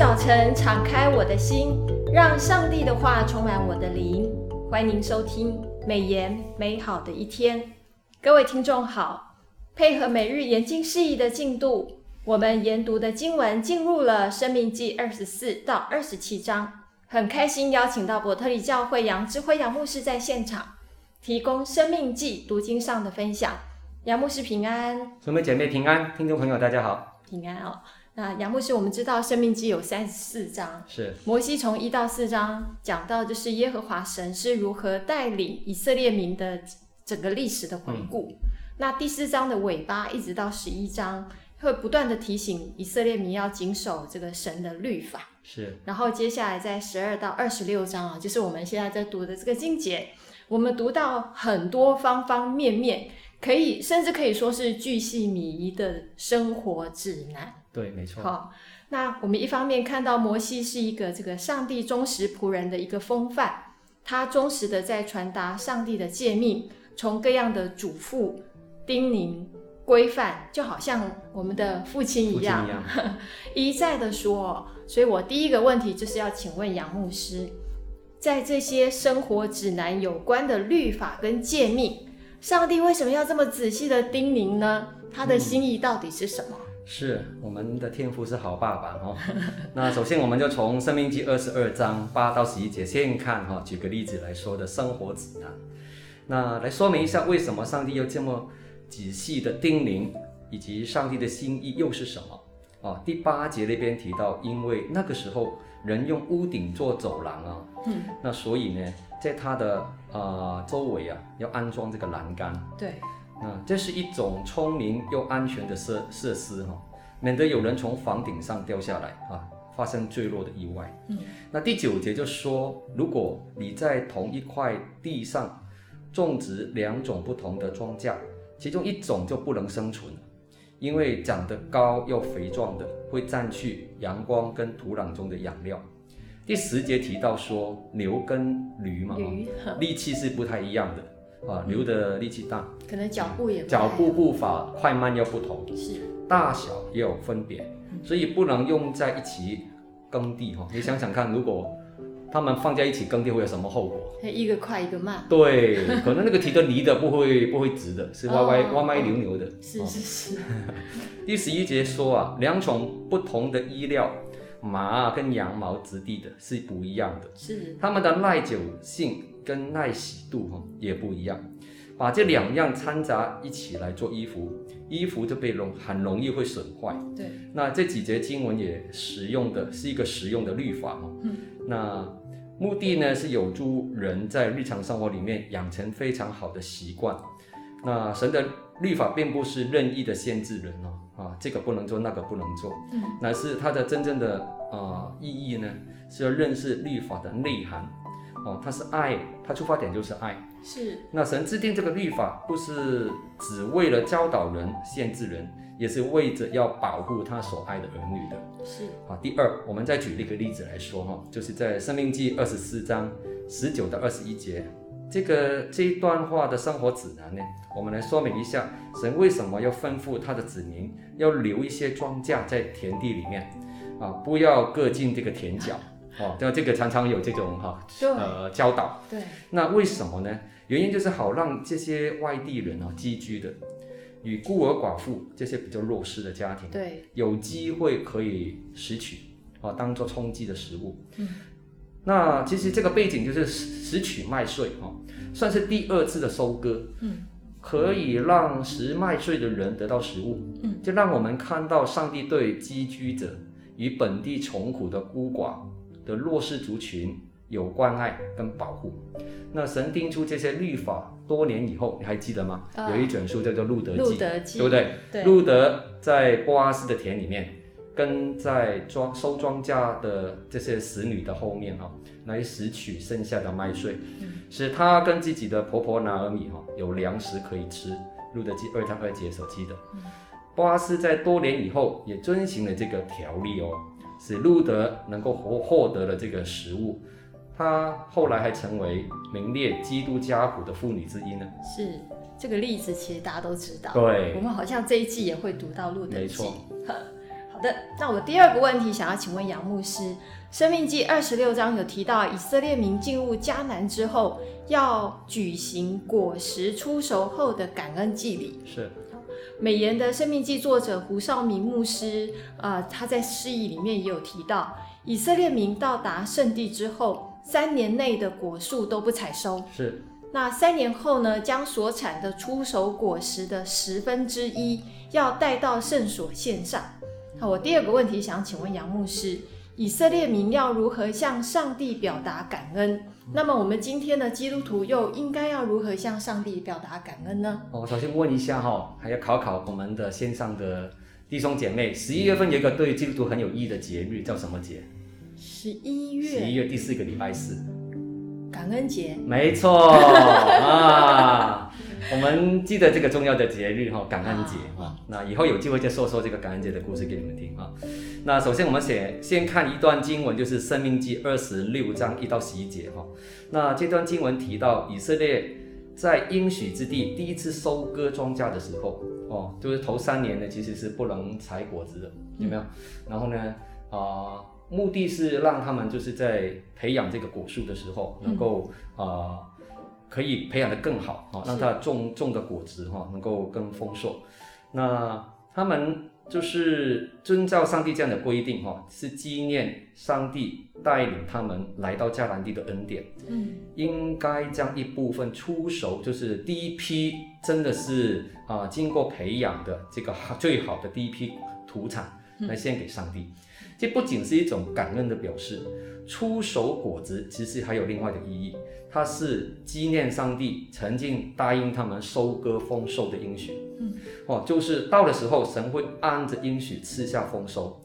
敞开我的心，让上帝的话充满我的灵。欢迎收听《美言美好的一天》，各位听众好。配合每日研经释义的进度，我们研读的经文进入了《生命记》二十四到二十七章。很开心邀请到伯特利教会杨志辉杨牧师在现场，提供《生命记》读经上的分享。杨牧师平安，姊妹姐妹平安，听众朋友大家好，平安哦。那杨牧师，我们知道《生命记》有三十四章，是摩西从一到四章讲到就是耶和华神是如何带领以色列民的整个历史的回顾。那第四章的尾巴一直到十一章，会不断的提醒以色列民要谨守这个神的律法。是然后接下来在十二到二十六章啊，就是我们现在在读的这个经节，我们读到很多方方面面，可以甚至可以说是巨细靡遗的生活指南。对，没错，好，那我们一方面看到摩西是一个这个上帝忠实仆人的一个风范，他忠实的在传达上帝的诫命，从各样的嘱咐、叮咛、规范，就好像我们的父亲父一亲一样，样，一再的说。所以我第一个问题就是要请问杨牧师，在这些生活指南有关的律法跟诫命，上帝为什么要这么仔细的叮咛呢？他嗯的心意到底是什么？是我们的天父是好爸爸哦。 那首先我们就从《生命记》二十二章八到十一节先看哈、举个例子来说的生活指南，那来说明一下为什么上帝要这么仔细的叮咛，以及上帝的心意又是什么。哦，第八节那边提到，因为那个时候人用屋顶做走廊啊，嗯，那所以呢，在它的呃周围啊，要安装这个栏杆，对，嗯，这是一种聪明又安全的设设施哈、免得有人从房顶上掉下来啊，发生坠落的意外。嗯，那第九节就说，如果你在同一块地上种植两种不同的庄稼，其中一种就不能生存，因为长得高又肥壮的会占据阳光跟土壤中的养料。第十节提到说，牛跟驴嘛，哈驴力气是不太一样的啊，牛的力气大。可能脚步也不脚太步步伐快慢又不同，是大小也有分别，所以不能用在一起耕地哈。你想想看，如果他们放在一起耕地会有什么后果？一个快一个慢，对，可能那个提的犁的不会不会直的，是歪歪哦歪歪扭扭的。是哦是是，第十一节说啊，两种不同的衣料，麻跟羊毛质地的是不一样的。是它们的耐久性跟耐洗度哈也不一样，把这两样掺杂一起来做衣服，衣服就被容很容易会损坏。对，那这几节经文也使用的是一个实用的律法哈。嗯。那目的呢是有助人在日常生活里面养成非常好的习惯。那神的律法并不是任意的限制人哦，啊，这个不能做，那个不能做，嗯乃是它的真正的呃意义呢，是要认识律法的内涵，哦，它是爱，它出发点就是爱。是那神制定这个律法，不是只为了教导人、限制人，也是为着要保护他所爱的儿女的。是啊，第二，我们再举一个例子来说哈，就是在《生命记》二十四章十九到二十一节，这个这一段话的生活指南呢，我们来说明一下，神为什么要吩咐他的子民要留一些庄稼在田地里面啊，不要各进这个田角哦，那这个常常有这种哈、对呃教导。对，那为什么呢？原因就是好让这些外地人啊寄居的，与孤儿寡妇这些比较弱势的家庭，对，有机会可以拾取啊，当做充饥的食物。那其实这个背景就是拾拾取麦穗哈、算是第二次的收割。嗯。可以让拾麦穗的人得到食物，嗯，就让我们看到上帝对寄居者与本地穷苦的孤寡的弱势族群有关爱跟保护。那神定出这些律法多年以后，你还记得吗？啊有一卷书叫做《路德记》，路德记对不对？对路德在波阿斯的田里面，跟在庄收庄稼的这些使女的后面啊，来拾取剩下的麦穗，使她跟自己的婆婆拿尔米哈、有粮食可以吃。路德记二章二节所记的。波阿斯在多年以后也遵循了这个条例哦，使路德能够获获得了这个食物。她后来还成为名列基督家谱的妇女之一呢。是这个例子，其实大家都知道。对我们好像这一季也会读到路德没记错。呵 好的，那我第二个问题想要请问杨牧师，《生命记》二十六章有提到以色列民进入迦南之后，要举行果实出熟后的感恩祭礼。是美言的《生命记》作者胡少明牧师，呃，他在释义里面也有提到，以色列民到达圣地之后，三年内的果树都不采收。是那三年后呢，将所产的出手果实的十分之一要带到圣所献上。好，我第二个问题想请问杨牧师，以色列民要如何向上帝表达感恩？那么我们今天的基督徒又应该要如何向上帝表达感恩呢？哦，我首先问一下哈、还要考考我们的线上的弟兄姐妹，十一月份有一个对基督徒很有意义的节日，叫什么节？十一十一月月第四个礼拜四。感恩节，没 错啊，我们记得这个重要的节日哈、感恩节啊。那以后有机会再说说这个感恩节的故事给你们听啊。那首先我们先先看一段经文，就是《生命记》二十六章一到十一节哈、那这段经文提到以色列在应许之地第一次收割庄稼的时候，哦，就是头三年呢其实是不能采果子的，有没有？然后呢，啊、目的是让他们就是在培养这个果树的时候，能够啊、可以培养得更好啊、哦，让它种种的果子哈、哦能够更丰硕。那他们就是遵照上帝这样的规定哈、哦，是纪念上帝带领他们来到迦南地的恩典。嗯，应该将一部分出手，就是第一批真的是啊、经过培养的这个好最好的第一批土产来献给上帝。这不仅是一种感恩的表示，出手果子其实还有另外的意义，它是纪念上帝曾经答应他们收割丰收的应许。嗯，哦，就是到的时候，神会按着应许赐下丰收。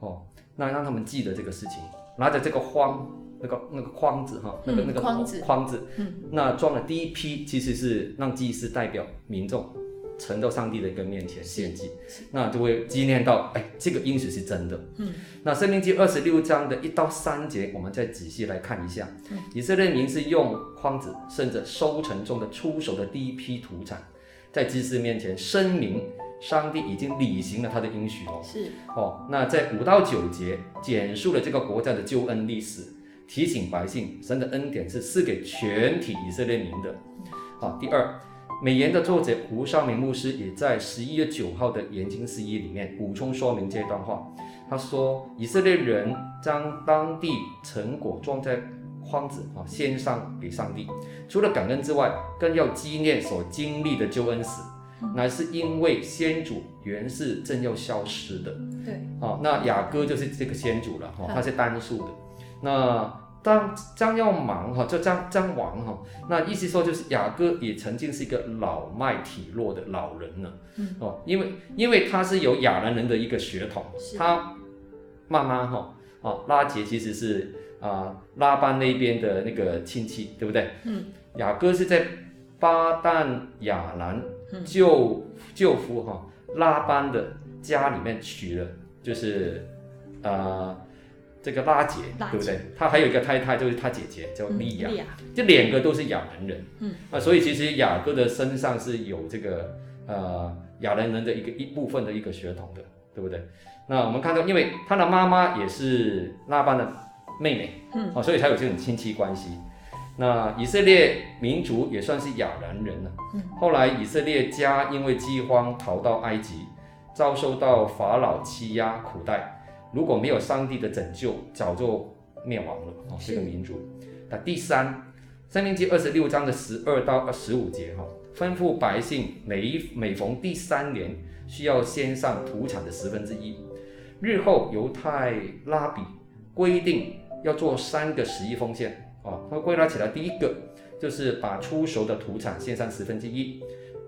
哦，那让他们记得这个事情，拿着这个筐，那个那个筐子哈，那个、嗯那个筐子筐子，嗯，那装的第一批其实是让祭司代表民众呈到上帝的一个面前献祭，那就会纪念到，哎，这个应许是真的。嗯，那《生命记》二十六章的一到三节，我们再仔细来看一下。嗯以色列民是用筐子，甚至收成中的出手的第一批土产，在祭司面前声明，上帝已经履行了他的应许哦。是哦，那在五到九节简述了这个国家的救恩历史，提醒百姓神的恩典是赐给全体以色列民的。好、第二，美言的作者胡少明牧师也在十一月九号的研经释义里面补充说明这段话。他说，以色列人将当地成果装在筐子啊，献上给上帝。除了感恩之外，更要纪念所经历的救恩史，乃是因为先祖原是正要消失的。对，哦，那雅歌就是这个先祖了哈、哦嗯他是单数的。那张张耀芒哦哈，就张张王哈、那意思说就是雅歌也曾经是一个老迈体弱的老人了。嗯哦，因为因为他是有亚兰人的一个血统是，他妈妈哈哦拉杰其实是啊、拉班那边的那个亲戚，对不对？嗯，雅歌是在巴旦亚兰嗯舅舅夫哈、拉班的家里面娶了，就是呃这个拉杰，拉对不杰对？他还有一个太太，就是他姐姐叫嗯利亚，利亚，这两个都是亚兰人，嗯啊，所以其实雅各的身上是有这个呃亚兰人的一个一部分的一个血统的，对不对？那我们看到，因为他的妈妈也是拉班的妹妹，嗯，啊，所以才有这种亲戚关系。那以色列民族也算是亚兰人了、啊嗯后来以色列家因为饥荒逃到埃及，遭受到法老欺压苦待，如果没有上帝的拯救，早就灭亡了哦，这是个民族。那第三，《生命记》二十六章的十二到二十五节哈、吩咐百姓每一每逢第三年需要先上土产的十分之一。日后犹太拉比规定要做三个十一奉献哦，它归纳起来，第一个就是把出熟的土产献上十分之一，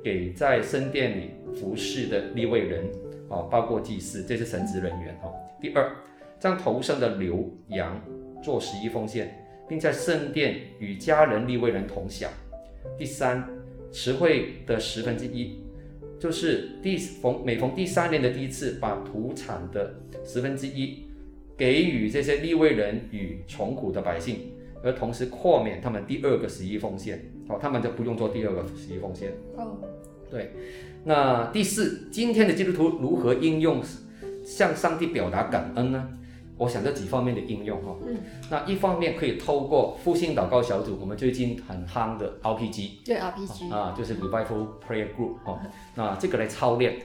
给在圣殿里服侍的立位人哦，包括祭司，这是神职人员哦。第二，将头生的牛羊做十一奉献，并在圣殿与家人立位人同享。第三，实惠的十分之一，就是第逢每逢第三年的第一次，把土产的十分之一给予这些立位人与穷苦的百姓，而同时豁免他们第二个十一奉献，哦，他们就不用做第二个十一奉献。哦，对，那第四，今天的基督徒如何应用向上帝表达感恩呢？我想这几方面的应用哈、哦，嗯，那一方面可以透过复兴祷告小组，我们最近很夯的 RPG，对 RPG，啊，就是 Revival Prayer Group 哦，那这个来操练，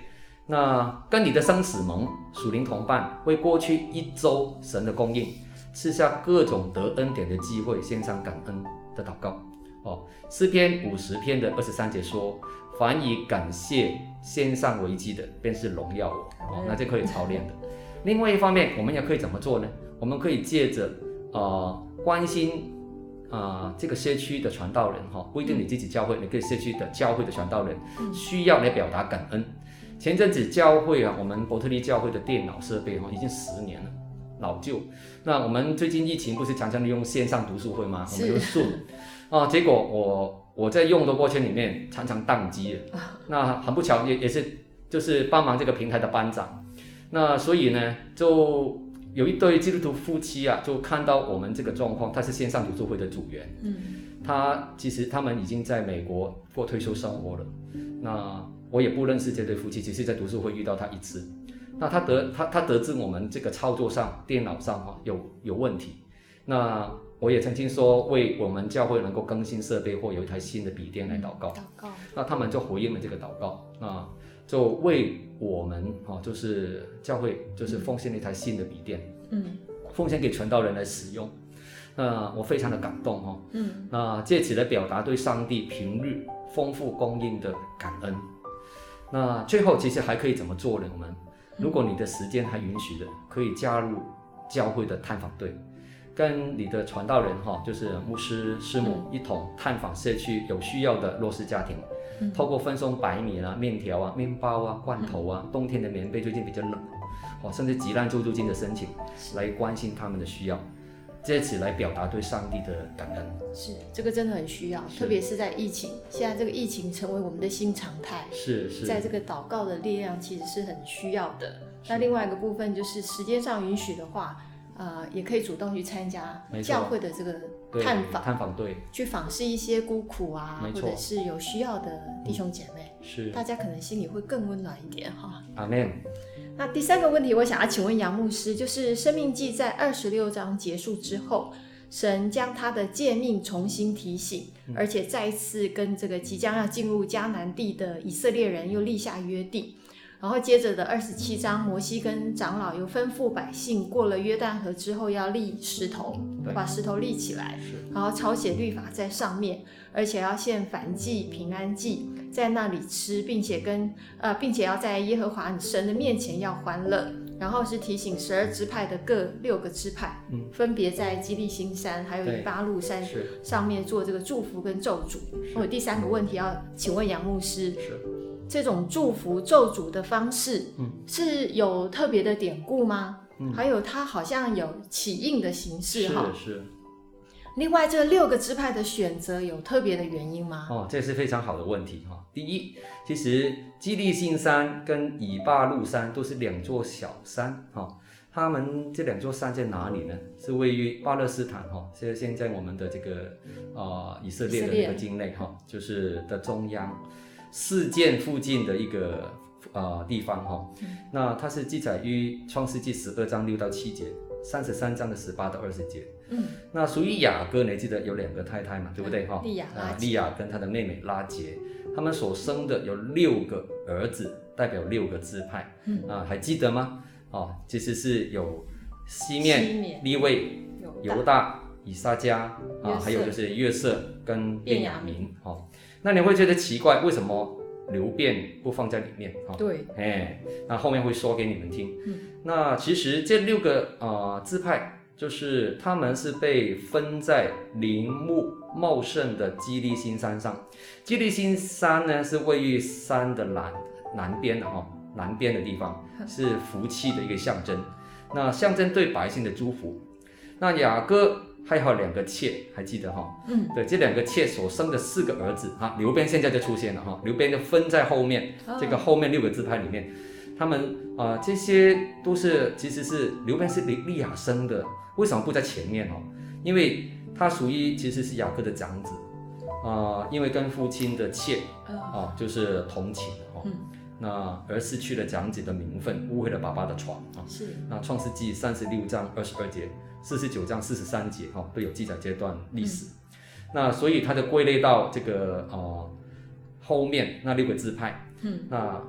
那跟你的生死盟属灵同伴，为过去一周神的供应，赐下各种得恩典的机会，献上感恩的祷告哦。诗篇五十篇的二十三节说：“凡以感谢献上为祭的，便是荣耀我。”哦，那这可以操练的。另外一方面，我们也可以怎么做呢？我们可以借着呃关心啊、呃这个社区的传道人哈、不一定你自己教会，你可以社区的教会的传道人需要来表达感恩。前阵子教会啊，我们伯特利教会的电脑设备哈、已经十年了，老旧。那我们最近疫情不是常常用线上读书会吗？我们是用 Zoom 啊，结果我我在用的过程里面常常宕机了。那很不巧也也是就是帮忙这个平台的班长，那所以呢就有一对基督徒夫妻啊，就看到我们这个状况，他是线上读书会的组员，嗯，他其实他们已经在美国过退休生活了。那我也不认识这对夫妻，只是在读书会遇到他一次。那他得他他得知我们这个操作上电脑上哈、有有问题，那我也曾经说为我们教会能够更新设备或有一台新的笔电来祷告。祷告，那他们就回应了这个祷告，那就为我们啊，就是教会就是奉献了一台新的笔电，嗯奉献给传道人来使用。那我非常的感动哦，嗯那借此来表达对上帝平日丰富供应的感恩。那最后其实还可以怎么做呢？我们如果你的时间还允许的，可以加入教会的探访队，跟你的传道人哈，就是牧师、师母一同探访社区有需要的弱势家庭，透过分送白米啊、面条啊、面包啊、罐头啊，冬天的棉被最近比较冷，哦，甚至急难救助金的申请，来关心他们的需要，借此来表达对上帝的感恩。是这个真的很需要，特别是在疫情，现在这个疫情成为我们的新常态，是是，在这个祷告的力量其实是很需要的。是那另外一个部分就是时间上允许的话，呃，也可以主动去参加没错教会的这对个探访，探访队去访视一些孤苦啊，没或错嗯者是有需要的弟兄姐妹，是大家可能心里会更温暖一点哈。阿门。那第三个问题，我想要请问杨牧师，就是《生命记》在二十六章结束之后，神将他的诫命重新提醒，而且再一次跟这个即将要进入迦南地的以色列人又立下约定。然后接着的二十七章，摩西跟长老又吩咐百姓过了约旦河之后要立石头，对把石头立起来。是然后抄写律法在上面，而且要献燔祭、平安祭，在那里吃，并且跟呃，并且要在耶和华你神的面前要欢乐。然后是提醒十二支派的各六个支派，嗯，分别在基利新山还有对以巴路山是上面做这个祝福跟咒诅。是我有第三个问题要请问杨牧师，是，这种祝福咒诅的方式，嗯，是有特别的典故吗？嗯还有它好像有起印的形式哈，是另外，这六个支派的选择有特别的原因吗？哦，这是非常好的问题哈、第一，其实基利新山跟以巴路山都是两座小山哈、他们这两座山在哪里呢？是位于巴勒斯坦哈、现在现在我们的这个呃以色列的那个境内哈、就是的中央事件附近的一个呃地方哈、那它是记载于创世纪十二章六到七节，三十三章的十八到二十节。嗯，那属于雅各，你记得有两个太太嘛，对不对哈？利亚拉啊结利亚跟他的妹妹拉杰，他们所生的有六个儿子，代表六个支派。嗯啊，还记得吗？哦，其实是有西面、西缅利位、犹有大、以撒加约啊，瑟还有就是约瑟跟便便雅雅明。哦，那你会觉得奇怪，为什么流变不放在里面？哈、哦，对，哎，那后面会说给你们听。嗯那其实这六个呃支派，就是他们是被分在林木茂盛的基利新山上。基利新山呢是位于山的南南边的哈、南边的地方嗯是福气的一个象征，那象征对百姓的祝福。那雅各还有两个妾，还记得哈、嗯，对，这两个妾所生的四个儿子啊，刘辩现在就出现了哈，刘辩就分在后面，这哦个后面六个支派里面，他们啊、呃这些都是其实是刘辩是利利亚生的，为什么不在前面哦？因为他属于其实是雅各的长子，啊、因为跟父亲的妾嗯啊、就是同寝哦，嗯那而失去了长子的名分，误会了爸爸的床啊。是那《创世纪》三十六章二十二节、四十九章四十三节哈、都有记载这段历史。那所以它就归类到这个呃后面那六个支派。嗯，那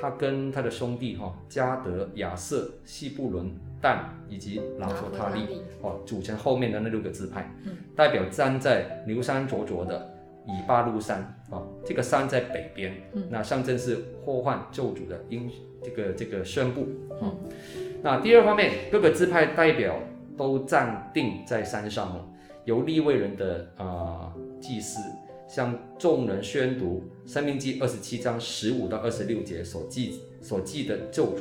他跟他的兄弟哈、加德、亚瑟、西布伦、但以及拿佛他利拿佛哦，组成后面的那六个支派，嗯代表站在牛山卓卓的以巴路山啊、哦，这个山在北边，嗯那象征是祸患咒诅的因这个这个宣布啊、哦嗯那第二方面，各个支派代表都站定在山上哦，由立位人的啊、呃祭司向众人宣读《生命记》二十七章十五到二十六节所记所记的咒诅，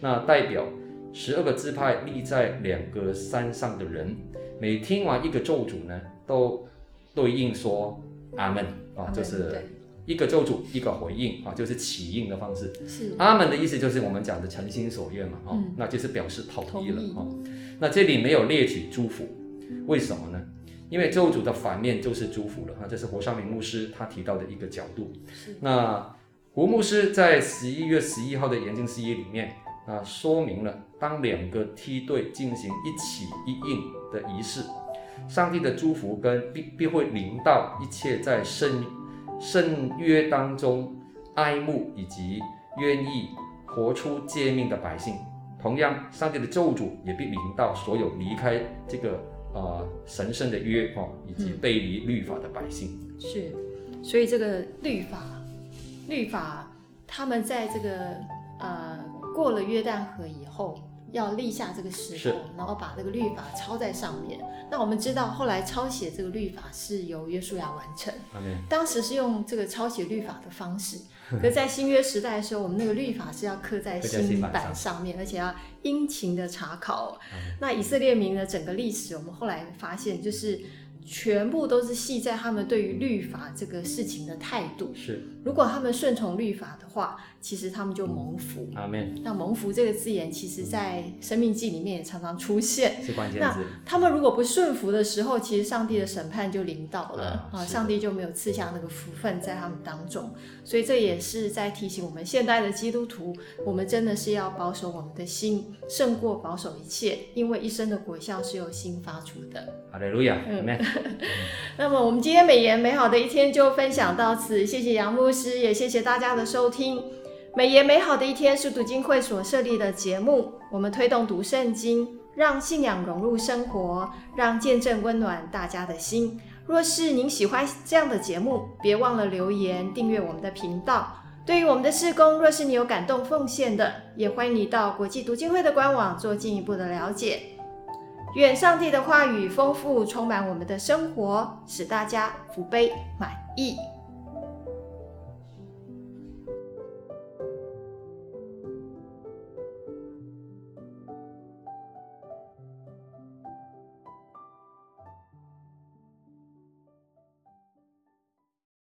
那代表十二个支派立在两个山上的人，每听完一个咒诅呢，都对应说阿门啊，就他是们一个咒诅一个回应啊，就是起应的方式。对是阿门的意思就是我们讲的诚心所愿嘛，哦，嗯那就是表示同意了同意哦。那这里没有列举祝福，为什么呢？因为咒诅的反面就是祝福了啊，这是侯尚明牧师他提到的一个角度。是那胡牧师在十一月十一号的研经事业里面啊，说明了当两个梯队进行一起一应的仪式，上帝的祝福跟必必会临到一切在圣圣约当中爱慕以及愿意活出诫命的百姓。同样，上帝的咒诅也必临到所有离开这个呃神圣的约哦，以及背离律法的百姓。是，所以这个律法，律法他们在这个呃过了约旦河以后，要立下这个石是头，然后把这个律法抄在上面。那我们知道，后来抄写这个律法是由约书亚完成，阿门。当时是用这个抄写律法的方式。可在新约时代的时候，我们那个律法是要刻在刻在新新版版上上面，而且要殷勤的查考。那以色列民的整个历史，我们后来发现，就是全部都是系在他们对于律法这个事情的态度。是如果他们顺从律法的话，其实他们就蒙福。阿门，那蒙福这个字眼，其实在《生命记》里面也常常出现。是关键字。他们如果不顺服的时候，其实上帝的审判就临到了啊啊，是的上帝就没有赐下那个福分在他们当中，所以这也是在提醒我们现代的基督徒，我们真的是要保守我们的心，胜过保守一切，因为一生的果效是由心发出的。哈利路亚，嗯阿门。那么我们今天美言美好的一天就分享到此，谢谢杨牧师，也谢谢大家的收听。美言美好的一天是读经会所设立的节目，我们推动读圣经，让信仰融入生活，让见证温暖大家的心。若是您喜欢这样的节目，别忘了留言订阅我们的频道。对于我们的事工，若是你有感动奉献的，也欢迎你到国际读经会的官网做进一步的了解。愿上帝的话语丰富充满我们的生活，使大家福杯满溢。